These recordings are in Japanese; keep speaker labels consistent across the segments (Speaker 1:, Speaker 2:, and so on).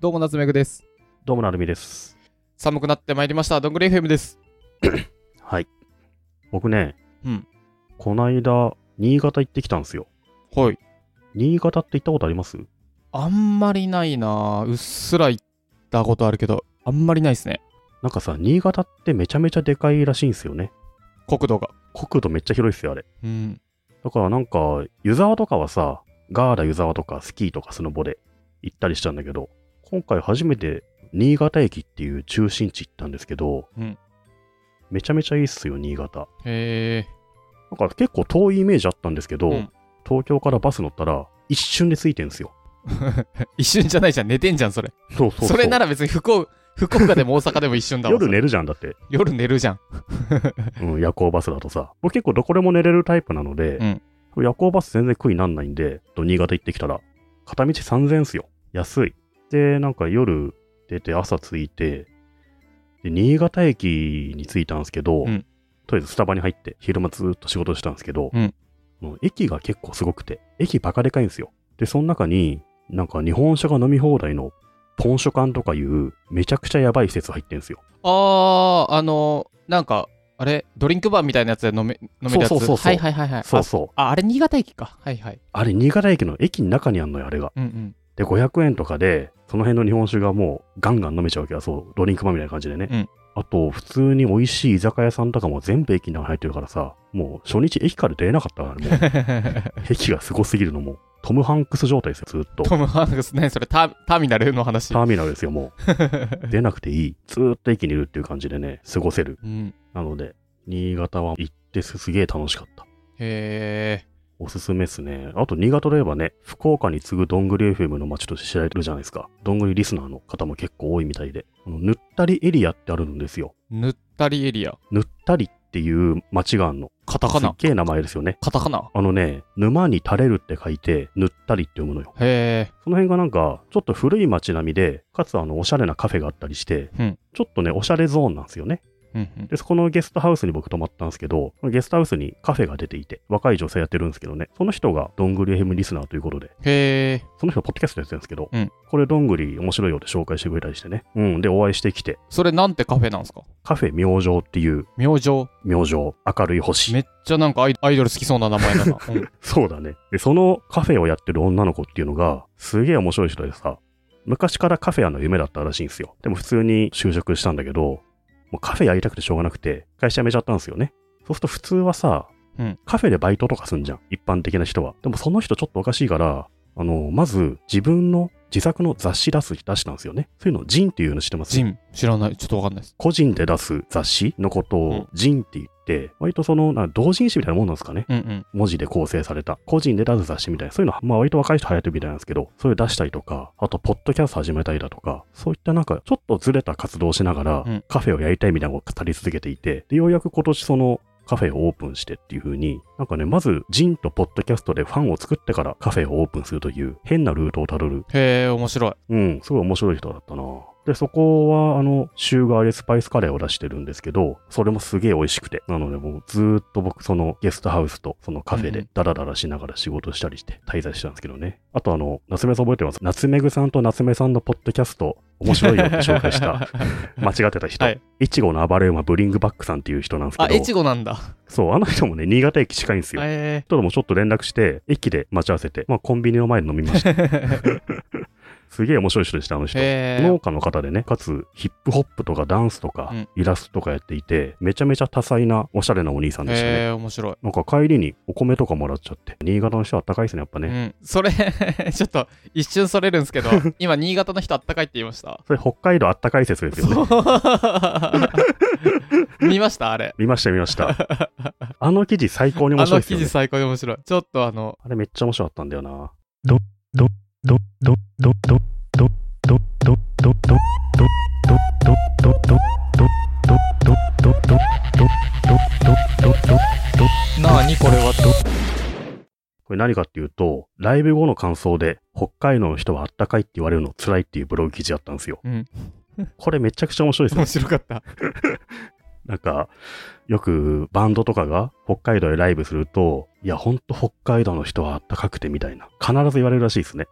Speaker 1: どうも、夏目くです。
Speaker 2: どうもなるみです。
Speaker 1: 寒くなってまいりました。どんぐり FM です。
Speaker 2: はい。僕ね、
Speaker 1: うん
Speaker 2: こないだ、新潟行ってきたんですよ。
Speaker 1: はい。
Speaker 2: 新潟って行ったことあります
Speaker 1: あんまりないなぁうっすら行ったことあるけど、あんまりないですね。
Speaker 2: なんかさ、新潟ってめちゃめちゃでかいらしいんですよね。
Speaker 1: 国土が。
Speaker 2: 国土めっちゃ広いっすよ、あれ。
Speaker 1: うん。
Speaker 2: だからなんか、湯沢とかはさ、ガーラ湯沢とかスキーとかスノボで行ったりしたんだけど、今回初めて新潟駅っていう中心地行ったんですけど、
Speaker 1: うん
Speaker 2: めちゃめちゃいいっすよ、新潟。
Speaker 1: へえ。
Speaker 2: なんか結構遠いイメージあったんですけど、
Speaker 1: うん
Speaker 2: 東京からバス乗ったら一瞬で着いてんですよ。
Speaker 1: 一瞬じゃないじゃん。寝てんじゃん、それ。
Speaker 2: そうそう
Speaker 1: それなら別に福岡、福岡でも大阪でも一瞬だわ。
Speaker 2: 夜
Speaker 1: それ
Speaker 2: 寝るじゃんだ って、
Speaker 1: 夜寝るじゃん。
Speaker 2: うん、夜行バスだとさ僕結構どこでも寝れるタイプなので、夜行バス全然悔いなんないんでと新潟行ってきたら片道3000円っすよ安いでなんか夜出て朝着いてで新潟駅に着いたんですけ
Speaker 1: う
Speaker 2: ど、
Speaker 1: ん
Speaker 2: とりあえずスタバに入って昼間ずーっと仕事してたんですけど、
Speaker 1: うん
Speaker 2: もう駅が結構すごくて駅バカでかいんですよでその中になんか日本酒が飲み放題のポンショ館とかいうめちゃくちゃやばい施設入ってんですよ
Speaker 1: あー、あのー、なんか、あれ、ドリンクバーみたいなやつで飲め、飲めるやつ。
Speaker 2: そうそうそうそ
Speaker 1: は
Speaker 2: う
Speaker 1: いはいはいはい。
Speaker 2: そうそう
Speaker 1: あ。あ、あれ、新潟駅か。はいはい。
Speaker 2: あれ、新潟駅の駅の中にあんのよ、あれが。
Speaker 1: うん うん。
Speaker 2: で、500円とかで、その辺の日本酒がもうガンガン飲めちゃうわけだ。そう、ドリンクバーみたいな感じでね。
Speaker 1: うん
Speaker 2: あと、普通に美味しい居酒屋さんとかも全部駅の中に入ってるからさ、もう初日駅から出れなかったか らね。もう駅がすごすぎるのもう、トム・ハンクス状態ですよ、ずっと。
Speaker 1: トム・ハンクス、何それター、ターミナルの話。
Speaker 2: ターミナルですよ、も う。出なくていい。ずーっと駅にいるっていう感じでね、過ごせる。
Speaker 1: うん。
Speaker 2: なので、新潟は行ってすすげえ楽しかった。
Speaker 1: へえ。
Speaker 2: おすすめっすね。あと、新潟といえばね、福岡に次ぐどんぐり FM の街として知られてるじゃないですか。どんぐりリスナーの方も結構多いみたいで。あのぬったりエリアってあるんですよ。
Speaker 1: ぬったりエリア。
Speaker 2: ぬったりっていう街があるの。
Speaker 1: カタ
Speaker 2: す
Speaker 1: カ
Speaker 2: っ
Speaker 1: ナ。
Speaker 2: げえ名前ですよね。
Speaker 1: カタカナ。
Speaker 2: あのね、沼に垂れるって書いて、ぬったりって読むのよ。
Speaker 1: へえ。
Speaker 2: その辺がなんか、ちょっと古い街並みで、かつあの、おしゃれなカフェがあったりして、
Speaker 1: うん
Speaker 2: ちょっとね、おしゃれゾーンなんですよね。
Speaker 1: うんうん。
Speaker 2: で、そこのゲストハウスに僕泊まったんですけど、ゲストハウスにカフェが出ていて、若い女性やってるんですけどね、その人がどんぐり FM リスナーということで、
Speaker 1: へえ。
Speaker 2: その人、ポッドキャストやってるんですけど、
Speaker 1: うん
Speaker 2: これ、どんぐり面白いよって紹介してくれたりしてね。うん。で、お会いしてきて、
Speaker 1: それなんてカフェなんですか
Speaker 2: カフェ明星っていう、
Speaker 1: 明星。
Speaker 2: 明星、明るい星。
Speaker 1: めっちゃなんかアイアイドル好きそうな名前 だな。うん
Speaker 2: そうだね。で、そのカフェをやってる女の子っていうのが、すげえ面白い人でさ、昔からカフェ屋の夢だったらしいんですよ。でも普通に就職したんだけど、もうカフェやりたくてしょうがなくて、会社辞めちゃったんですよね。そうすると普通はさ、
Speaker 1: うん
Speaker 2: カフェでバイトとかすんじゃん。一般的な人は。でもその人ちょっとおかしいから、あの、まず自分の自作の雑誌出す、出したんですよね。そういうの、ジンっていうの知ってます
Speaker 1: ジン、知らない。ちょっとわかんないです。
Speaker 2: 個人で出す雑誌のこと
Speaker 1: うん
Speaker 2: をジンって言って、割とその、なんか同人誌みたいなもんなんですかね。
Speaker 1: うんうん。
Speaker 2: 文字で構成された、個人で出す雑誌みたいな、そういうの、まあ割と若い人流行ってるみたいなんですけど、それ出したりとか、あと、ポッドキャスト始めたりだとか、そういったなんか、ちょっとずれた活動をしながら、
Speaker 1: うん
Speaker 2: カフェをやりたいみたいなのを語り続けていて、で、ようやく今年その、カフェをオープンしてっていう風に、なんかね、まず、ジンとポッドキャストでファンを作ってからカフェをオープンするという変なルートをたどる
Speaker 1: へえ、面白い。
Speaker 2: うん、すごい面白い人だったな。で、そこは、あの、週替わりでスパイスカレーを出してるんですけど、それもすげえ美味しくて。なので、もうずーっと僕、そのゲストハウスとそのカフェ
Speaker 1: うんう
Speaker 2: で
Speaker 1: ん
Speaker 2: ダラダラしながら仕事したりして滞在してたんですけどね。あと、あの、夏目さん覚えてます夏目ぐさんと夏目さんのポッドキャスト、面白いよって紹 介した、。間違ってた人。
Speaker 1: はいい、
Speaker 2: ちごの暴れ馬ブリングバックさんっていう人なんですけ
Speaker 1: あ、
Speaker 2: ど、
Speaker 1: エチゴなんだ。
Speaker 2: そう、あの人もね、新潟駅近いんですよ。
Speaker 1: へ
Speaker 2: 人ともちょっと連絡して、駅で待ち合わせて、まあ、コンビニの前で飲みま した。 すげえ面白い人でした、あの人。
Speaker 1: え。
Speaker 2: 農家の方でね、かつヒップホップとかダンスとか、
Speaker 1: うん
Speaker 2: イラストとかやっていて、めちゃめちゃ多彩なおしゃれなお兄さんでした
Speaker 1: へ
Speaker 2: ね。
Speaker 1: え、面白い。
Speaker 2: なんか帰りにお米とかもらっちゃって、新潟の人はあったかいですね、やっぱ
Speaker 1: う
Speaker 2: ね。
Speaker 1: ん、それ ちょっと一瞬それるんですけ ど今新潟の人あったかいって言いました
Speaker 2: それ北海道あったかい説ですよね。
Speaker 1: 見ましたあれ
Speaker 2: 見ました、見ました。 あの記事最高に面
Speaker 1: あ
Speaker 2: 白
Speaker 1: の
Speaker 2: いです
Speaker 1: 記
Speaker 2: よ
Speaker 1: 事
Speaker 2: ね。
Speaker 1: 最高に面白いちょっとあの
Speaker 2: あれめっちゃ面白かったんだよな。
Speaker 1: なあにこれは
Speaker 2: これ何かっていうと、ライブ後の感想で、北海道の人はあったかいって言われるの辛いっていうブログ記事あったんですよ。
Speaker 1: うん
Speaker 2: これめちゃくちゃ面白いですよ
Speaker 1: 面白かった
Speaker 2: なんか、よくバンドとかが北海道でライブす ると、いや、ほんと北海道の人はあったかくてみたいな、必ず言われるらしいですね。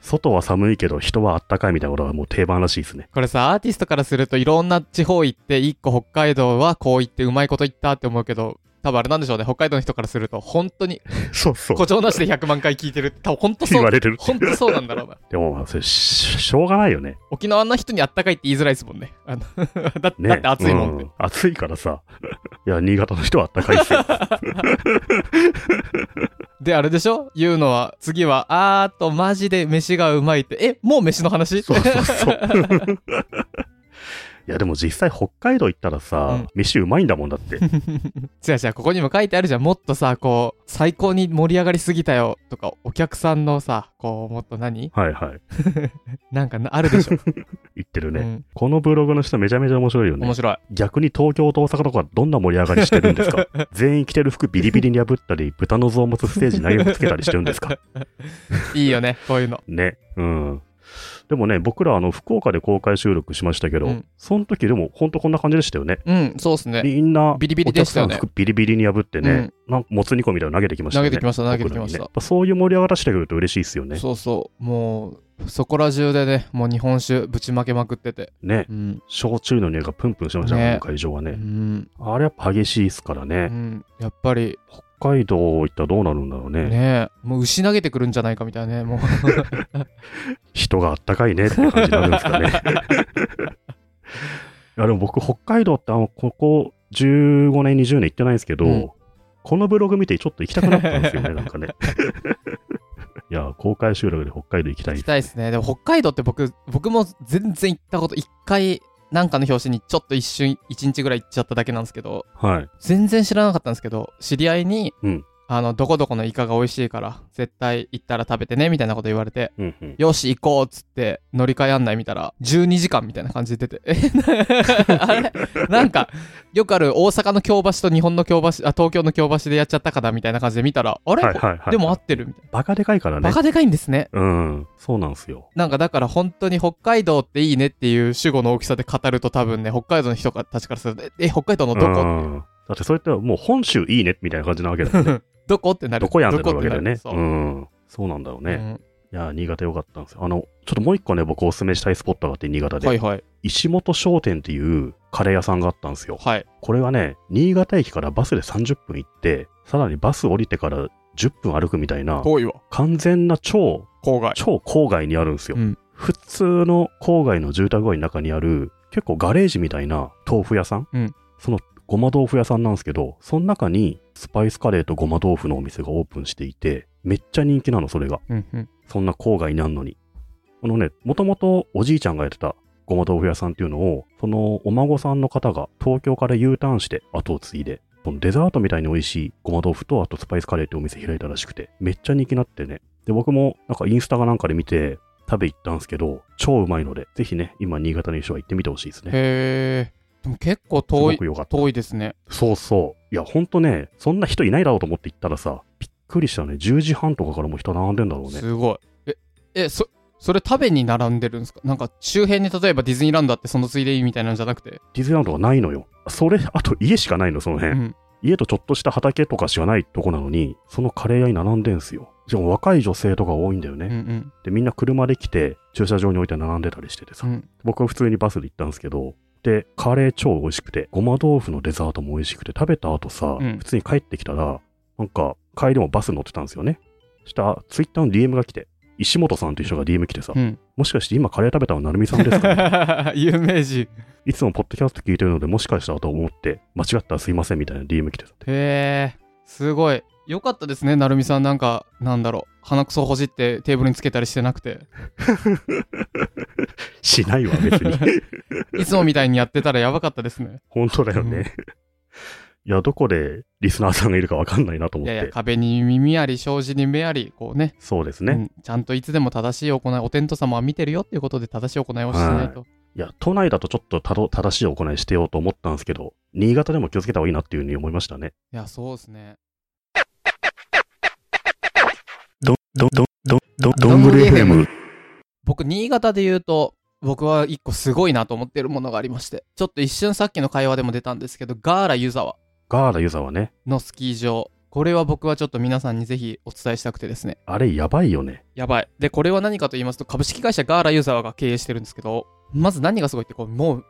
Speaker 2: 外は寒いけど人はあったかいみたいなことがもう定番らしいですね。
Speaker 1: これさ、アーティストからするといろんな地方行って、一個北海道はこう言ってうまいこと言ったって思うけど、多分あれなんでしょうね。北海道の人からすると、本当に
Speaker 2: そうそう。
Speaker 1: 誇張なしで100万回聞いてる。多分本当そ
Speaker 2: 言わ
Speaker 1: う。
Speaker 2: れてる。
Speaker 1: 本当そうなんだろうな。
Speaker 2: でもまあ、それし、しょうがないよね。
Speaker 1: 沖縄の人にあったかいって言いづらいですもんね。あの だ
Speaker 2: ね。
Speaker 1: だって暑いもんね。
Speaker 2: う暑いからさ。いや、新潟の人はあったかいっ すよ。
Speaker 1: で、あれでしょ言うのは、次は、あーとマジで飯がうまいって。え、もう飯の話
Speaker 2: そうそうそう。 いや、でも実際北海道行ったらさ、
Speaker 1: うん
Speaker 2: 飯うまいんだもんだって。
Speaker 1: 違う違う、ここにも書いてあるじゃん。もっとさ、こう、最高に盛り上がりすぎたよとか、お客さんのさ、こう、もっと何
Speaker 2: はいはい。
Speaker 1: なんかなあるでしょ。
Speaker 2: 言ってる
Speaker 1: う
Speaker 2: ね。
Speaker 1: ん、
Speaker 2: このブログの人めちゃめちゃ面白いよね
Speaker 1: 面。白い。
Speaker 2: 逆に東京と大阪とかどんな盛り上がりしてるんです か全員着てる服ビリビリに破ったり、豚の像持つステージに投げつけたりしてるんですか
Speaker 1: いいよね、こういうの。
Speaker 2: ね。うん。でもね、僕らあの、福岡で公開収録しましたけど、
Speaker 1: うん
Speaker 2: その時でもほんとこんな感じでしたよね。
Speaker 1: うん、そうっすね。
Speaker 2: みんな、
Speaker 1: ビリビリでしたよね
Speaker 2: お客さんの服ビリビリに破ってね、なんかもつ煮込みみたいなの投げてきました
Speaker 1: 投
Speaker 2: よね。
Speaker 1: げてきました、投げてきま
Speaker 2: 僕らに
Speaker 1: し
Speaker 2: ねや
Speaker 1: た
Speaker 2: っ。ぱそういう盛り上がらせてくれると嬉しいですよね。
Speaker 1: そうそう、もう、そこら中でね、もう日本酒ぶちまけまくってて。
Speaker 2: ね。
Speaker 1: うん。
Speaker 2: 焼酎の匂いがプンプンしてましたね、
Speaker 1: ね
Speaker 2: 会場は
Speaker 1: う
Speaker 2: ね。
Speaker 1: ん。
Speaker 2: あれは激しいですから
Speaker 1: う
Speaker 2: ね。
Speaker 1: ん、やっぱり、
Speaker 2: 北海道行ったらどうなるんだろうね。
Speaker 1: ねもう牛投げてくるんじゃないかみたいなね、もう。
Speaker 2: 人があったかいねって感じになるんですか ね。いやでも僕、北海道ってあんまここ15年、20年行ってないんですけど、
Speaker 1: うん
Speaker 2: このブログ見てちょっと行きたくなったんですよね、なんか ね。いや、公開収録で北海道行きたい
Speaker 1: 行き。たいですね。でも北海道って僕、僕も全然行ったこと、一回、なんかの表紙にちょっと一瞬、一日ぐらい行っちゃっただけなんですけど、
Speaker 2: はい。
Speaker 1: 全然知らなかったんですけど、知り合いに、
Speaker 2: うん
Speaker 1: あの、どこどこのイカが美味しいから、絶対行ったら食べてね、みたいなこと言われて、
Speaker 2: うんうん、
Speaker 1: よし、行こうっつって、乗り換え案内見たら、12時間みたいな感じで出て、え、 なあれなんか、よくある大阪の京橋と日本の京橋、あ、東京の京橋でやっちゃったかな、みたいな感じで見たら、あれ、
Speaker 2: はいはいはい。
Speaker 1: でも合ってるみたいな。
Speaker 2: バカでかいからね
Speaker 1: バ。カでかいんですね。
Speaker 2: うん、そうなんですよ。
Speaker 1: なんかだから本当に北海道っていいねっていう主語の大きさで語ると多分ね、北海道の人たちからすると、え、え北海道のど
Speaker 2: う
Speaker 1: こ
Speaker 2: んだってそれってもう本州いいねみたいな感じなわけだよね。
Speaker 1: どこってなる。
Speaker 2: どこやんってなる
Speaker 1: ど
Speaker 2: わ
Speaker 1: こ
Speaker 2: け
Speaker 1: って
Speaker 2: だよ
Speaker 1: な
Speaker 2: ね
Speaker 1: る。そうう。
Speaker 2: ん、そうなんだろうね。
Speaker 1: うん
Speaker 2: いやー、新潟良かったんですよ。あの、ちょっともう一個ね、僕おすすめしたいスポットがあって、新潟で。
Speaker 1: はいはい。
Speaker 2: 石本商店っていうカレー屋さんがあったんですよ。
Speaker 1: はい。
Speaker 2: これがね、新潟駅からバスで30分行って、さらにバス降りてから10分歩くみたいな、
Speaker 1: 遠いわ。
Speaker 2: 完全な超、
Speaker 1: 郊外。
Speaker 2: 超郊外にあるんですよ。
Speaker 1: うん
Speaker 2: 普通の郊外の住宅街の中にある、結構ガレージみたいな豆腐屋さん。
Speaker 1: うん
Speaker 2: そのごま豆腐屋さんなんですけど、その中にスパイスカレーとごま豆腐のお店がオープンしていて、めっちゃ人気なの、それが。
Speaker 1: うんうん。
Speaker 2: そんな郊外にあんのに。あのね、もともとおじいちゃんがやってたごま豆腐屋さんっていうのを、そのお孫さんの方が東京から U ターンして後を継いで、そのデザートみたいに美味しいごま豆腐とあとスパイスカレーってお店開いたらしくて、めっちゃ人気になってね。で、僕もなんかインスタかなんかで見て食べ行ったんですけど、超うまいので、ぜひね、今新潟の人は行ってみてほしいですね。
Speaker 1: へー。でも結構
Speaker 2: す
Speaker 1: 遠
Speaker 2: ご
Speaker 1: い
Speaker 2: く。良かった。
Speaker 1: 遠いですね。
Speaker 2: そうそう。いや、ほんとね、そんな人いないだろうと思って行ったらさ、びっくりしたね。10時半とかからもう人並んでんだろうね。
Speaker 1: すごい。え、え、そ、それ食べに並んでるんですかなんか周辺に例えばディズニーランドあってそのついでいいみたいなんじゃなくて。
Speaker 2: ディズニーランドがないのよ。それ、あと家しかないの、その
Speaker 1: う
Speaker 2: 辺。
Speaker 1: ん。
Speaker 2: 家とちょっとした畑とかしかないとこなのに、そのカレー屋に並んでんすよ。しかも若い女性とか多いんだよ
Speaker 1: う
Speaker 2: ね。
Speaker 1: んうん。
Speaker 2: で、みんな車で来て、駐車場に置いて並んでたりしててさ。
Speaker 1: うん
Speaker 2: 僕は普通にバスで行ったんですけど、で、カレー超美味しくて、ごま豆腐のデザートも美味しくて、食べた後さ、
Speaker 1: うん
Speaker 2: 普通に帰ってきたら、なんか、帰りもバス乗ってたんですよね。そしたら、ツイッターの DM が来て、石本さんという人が DM 来てさ、
Speaker 1: うん。
Speaker 2: もしかして今カレー食べたのはなるみさんで すか、ね、
Speaker 1: 有名人。
Speaker 2: いつもポッドキャスト聞いてるので、もしかしたらと思って、間違ったらすいませんみたいな DM 来てたって。
Speaker 1: へえすごいよかったですねなるみさんなんかなんだろう鼻くそほじってテーブルにつけたりしてなくて
Speaker 2: しないわ、別に。
Speaker 1: いつもみたいにやってたらやばかったですね
Speaker 2: 本当だよ ね。いや、どこでリスナーさんがいるかわかんないなと
Speaker 1: い
Speaker 2: 思って。
Speaker 1: やいや壁に耳あり障子に目ありこうね
Speaker 2: そうですね。
Speaker 1: う
Speaker 2: い
Speaker 1: んちゃんといつでも正しい行いお天道様は見てるよっていうことで正しい行いをしないと、
Speaker 2: や、都内だとちょっとたど正しい行いしてようと思ったんですけど、新潟でも気をつけた方がいいなっていうふうに思いましたね。
Speaker 1: いやそうですね
Speaker 2: ど、ど、ど、ど、
Speaker 1: どんぐり FM。僕新潟で言うと僕は一個すごいなと思ってるものがありましてちょっと一瞬さっきの会話でも出たんですけどガーラ湯沢
Speaker 2: ガーラユーザーはね。
Speaker 1: のスキー場これは僕はちょっと皆さんにぜひお伝えしたくてですね。
Speaker 2: あれ、やばいよね。
Speaker 1: やばい。で、これは何かと言いますと、株式会社ガーラユーザーが経営してるんですけど、まず何がすごいって、こう、もう、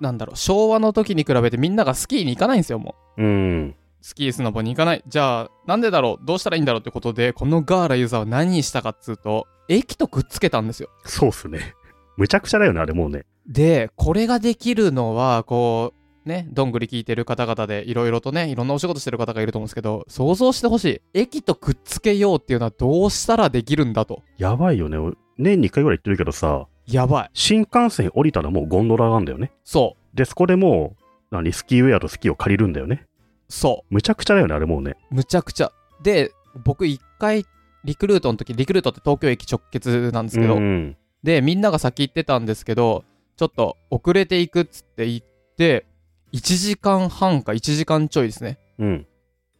Speaker 1: なんだろう、昭和の時に比べてみんながスキーに行かないんですよ、もう。
Speaker 2: うん。
Speaker 1: スキースノボに行かない。じゃあ、なんでだろうどうしたらいいんだろうってことで、このガーラユーザーは何したかっつうと、駅とくっつけたんですよ。
Speaker 2: そうっすね。むちゃくちゃだよね、あれもうね。
Speaker 1: で、これができるのは、こう、ね、どんぐり聞いてる方々で、いろいろとね、いろんなお仕事してる方がいると思うんですけど、想像してほしい。駅とくっつけようっていうのはどうしたらできるんだと。
Speaker 2: やばいよね。年に1回ぐらい言ってるけどさ、
Speaker 1: やばい。
Speaker 2: 新幹線降りたらもうゴンドラなんだよね。
Speaker 1: そう、
Speaker 2: で、そこでもう、何、スキーウェアとスキーを借りるんだよね。
Speaker 1: そ
Speaker 2: むちゃくちゃだよね、あれもうね。
Speaker 1: う。むちゃくちゃ。で、僕一回、リクルートの時、リクルートって東京駅直結なんですけど、
Speaker 2: うん。
Speaker 1: で、みんなが先行ってたんですけど、ちょっと遅れていくっつって行って、1時間半か1時間ちょいですね。
Speaker 2: うん。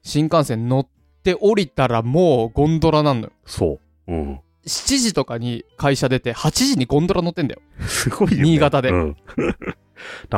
Speaker 1: 新幹線乗って降りたらもうゴンドラなんのよ。
Speaker 2: そう。うん。
Speaker 1: 7時とかに会社出て、8時にゴンドラ乗ってんだよ。
Speaker 2: すごいよね。
Speaker 1: 新潟で
Speaker 2: うん。 だか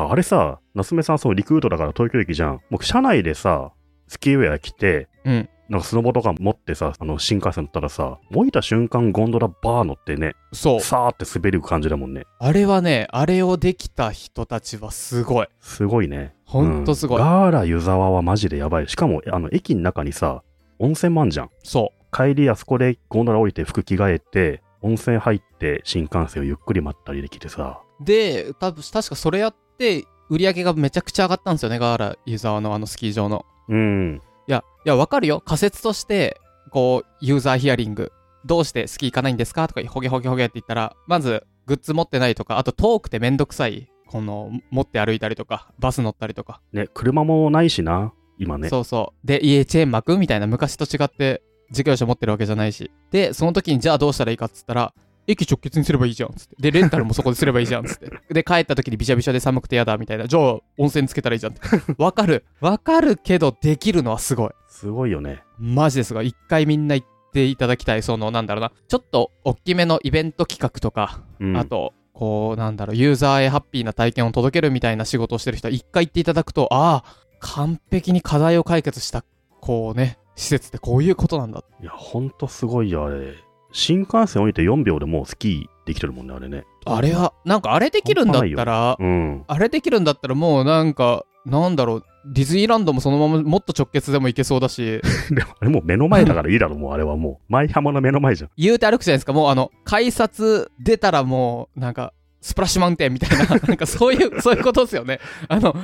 Speaker 2: らあれさ、夏目さん、そのリクルートだから東京駅じゃん。もう車内でさ、スキーウェア着て、
Speaker 1: うん
Speaker 2: なんかスノボとか持ってさ、あの新幹線乗ったらさ、降りた瞬間ゴンドラバー乗ってね、
Speaker 1: そう。
Speaker 2: さーって滑る感じだもんね。
Speaker 1: あれはね、あれをできた人たちはすごい。
Speaker 2: すごいね。
Speaker 1: ほんとすごい。
Speaker 2: うんガーラ湯沢はマジでやばい。しかも、あの、駅の中にさ、温泉もあんじゃん。
Speaker 1: そう。
Speaker 2: 帰りあそこでゴンドラ降りて服着替えて、温泉入って新幹線をゆっくり待ったりできてさ、
Speaker 1: で、多分確かそれやって、売り上げがめちゃくちゃ上がったんですよね、ガーラ湯沢のあのスキー場の。
Speaker 2: うん、
Speaker 1: いや、いや、わかるよ。仮説として、こう、ユーザーヒアリング、どうしてスキー行かないんですかとか、ほげほげほげって言ったら、まず、グッズ持ってないとか、あと遠くてめんどくさい、この、持って歩いたりとか、バス乗ったりとか、
Speaker 2: ね、車もないしな、今ね。
Speaker 1: そうそう。で、家チェーン巻くみたいな、昔と違って、事業者持ってるわけじゃないし。で、その時に、じゃあどうしたらいいかっつったら、駅直結にすればいいじゃんっつって。で、レンタルもそこですればいいじゃんっつって。で、帰った時にびしゃびしゃで寒くてやだみたいな。じゃあ、温泉つけたらいいじゃんって。わかる。わかるけど、できるのはすごい。
Speaker 2: すごいよね。
Speaker 1: マジですが、一回みんな行っていただきたい、その、なんだろうな、ちょっと大きめのイベント企画とか、
Speaker 2: うん、
Speaker 1: あと、こう、なんだろう、ユーザーへハッピーな体験を届けるみたいな仕事をしてる人は、一回行っていただくと、ああ、完璧に課題を解決した、こうね、施設ってこういうことなんだ。
Speaker 2: いや、ほんとすごいよ、あれ。新幹線降りて4秒でもうスキーできてるもんね、あれね。
Speaker 1: あれは、なんかあれできるんだったら、
Speaker 2: うん。
Speaker 1: あれできるんだったらもうなんか、なんだろう、ディズニーランドもそのままもっと直結でも行けそうだし、
Speaker 2: でも、あれもう目の前だからいいだろ、もうあれはもう。舞浜の目の 前じゃん。
Speaker 1: 言うて歩くじゃないですかもうあの改札出たらもうなんかスプラッシュマウンテンみたいな なんかそういうそういうことですよねあの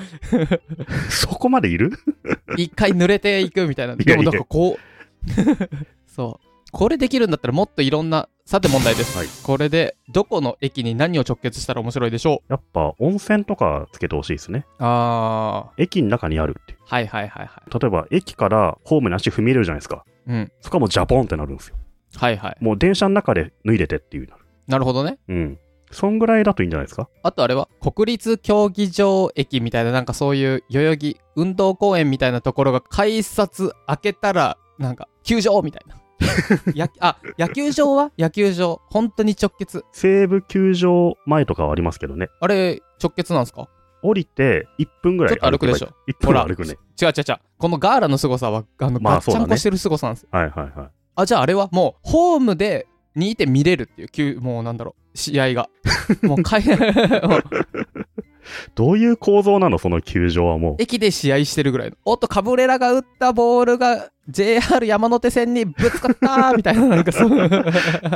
Speaker 2: そこまでいる
Speaker 1: 一回濡れていくみたいない
Speaker 2: や
Speaker 1: で
Speaker 2: い
Speaker 1: も
Speaker 2: や
Speaker 1: なんかこう そうこれできるんだったらもっといろんなさて問題です、
Speaker 2: はい
Speaker 1: これでどこの駅に何を直結したら面白いでしょ
Speaker 2: やっぱ温泉とかつけてほしいですね。
Speaker 1: うあ
Speaker 2: 駅の中にあるっていう。
Speaker 1: ーはいはいはいは
Speaker 2: 例えば、駅からホームに足踏み入れるじゃないですか。
Speaker 1: いうん
Speaker 2: そこはもうジャポンってなるんですよ。
Speaker 1: はいはい
Speaker 2: もう電車の中で脱いでてっていうなる。
Speaker 1: なるほどね
Speaker 2: うん。そんぐらいだといいんじゃないですか
Speaker 1: あとあれは国立競技場駅みたいななんかそういう代々木運動公園みたいなところが改札開けたらなんか球場みたい なやあ野球場は野球場本当に直結
Speaker 2: 西武球場前とかはありますけどね。
Speaker 1: あれ直結なんですか
Speaker 2: 降りて1分ぐらい
Speaker 1: ちょっと歩くでしょ。
Speaker 2: 1分ぐらい歩くね。
Speaker 1: 違う違う違うこのガーラの凄さはあの、
Speaker 2: まあ
Speaker 1: ガッチャ
Speaker 2: そ
Speaker 1: ン
Speaker 2: うだ
Speaker 1: コ
Speaker 2: ね
Speaker 1: してる凄さなんですよ
Speaker 2: はいはいはい。
Speaker 1: あじゃああれはもうホームでにいて見れるっていう球もうなんだろう試合 がもうかいもう
Speaker 2: どういう構造なのその球場はも
Speaker 1: 駅で試合してるぐらいの。おっと、カブレラが打ったボールが JR 山手線にぶつかったーみたいな、なんか そう。
Speaker 2: う。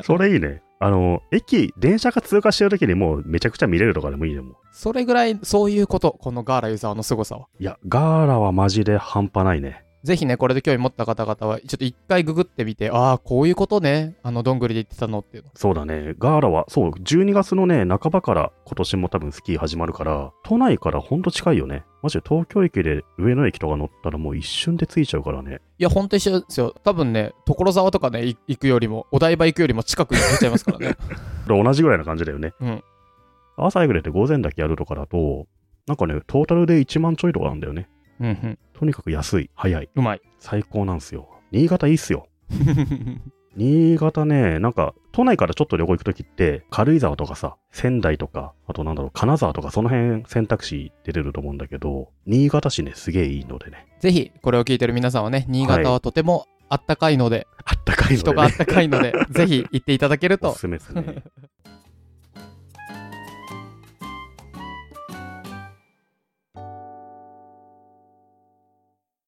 Speaker 2: それいいね。あの、駅、電車が通過してる時にもうめちゃくちゃ見れるとかでもいいねもう。
Speaker 1: それぐらい、そういうこと、このガーラユーザーの凄さは。
Speaker 2: いや、ガーラはマジで半端ないね。
Speaker 1: ぜひね、これで興味持った方々は、ちょっと一回ググってみて、ああ、こういうことね、あの、どんぐりで言ってたのっていうの。
Speaker 2: そうだね。ガーラは、そう、12月のね、半ばから今年も多分スキー始まるから、都内からほんと近いよね。マジで東京駅で上野駅とか乗ったらもう一瞬で着いちゃうからね。
Speaker 1: いや、ほんと一緒ですよ。多分ね、所沢とかね、い行くよりも、お台場行くよりも近くに行っちゃいますからね。
Speaker 2: これ同じぐらいな感じだよね。
Speaker 1: うん。
Speaker 2: 朝ぐらいで午前だけやるとかだと、なんかね、トータルで1万ちょいとかなんだよね。
Speaker 1: うんうん。
Speaker 2: とにかく安い、早い、
Speaker 1: うまい。
Speaker 2: 最高なんすよ。新潟いいっすよ。新潟ね、なんか、都内からちょっと旅行行くときって、軽井沢とかさ、仙台とか、あとなんだろう、金沢とか、その辺選択肢出てると思うんだけど、新潟市ね、すげえいいのでね。
Speaker 1: ぜひ、これを聞いてる皆さんはね、新潟はとてもあったかいので、
Speaker 2: あったかいので、ね。
Speaker 1: 人があったかいので、ぜひ行っていただける
Speaker 2: お
Speaker 1: と
Speaker 2: すすめですね。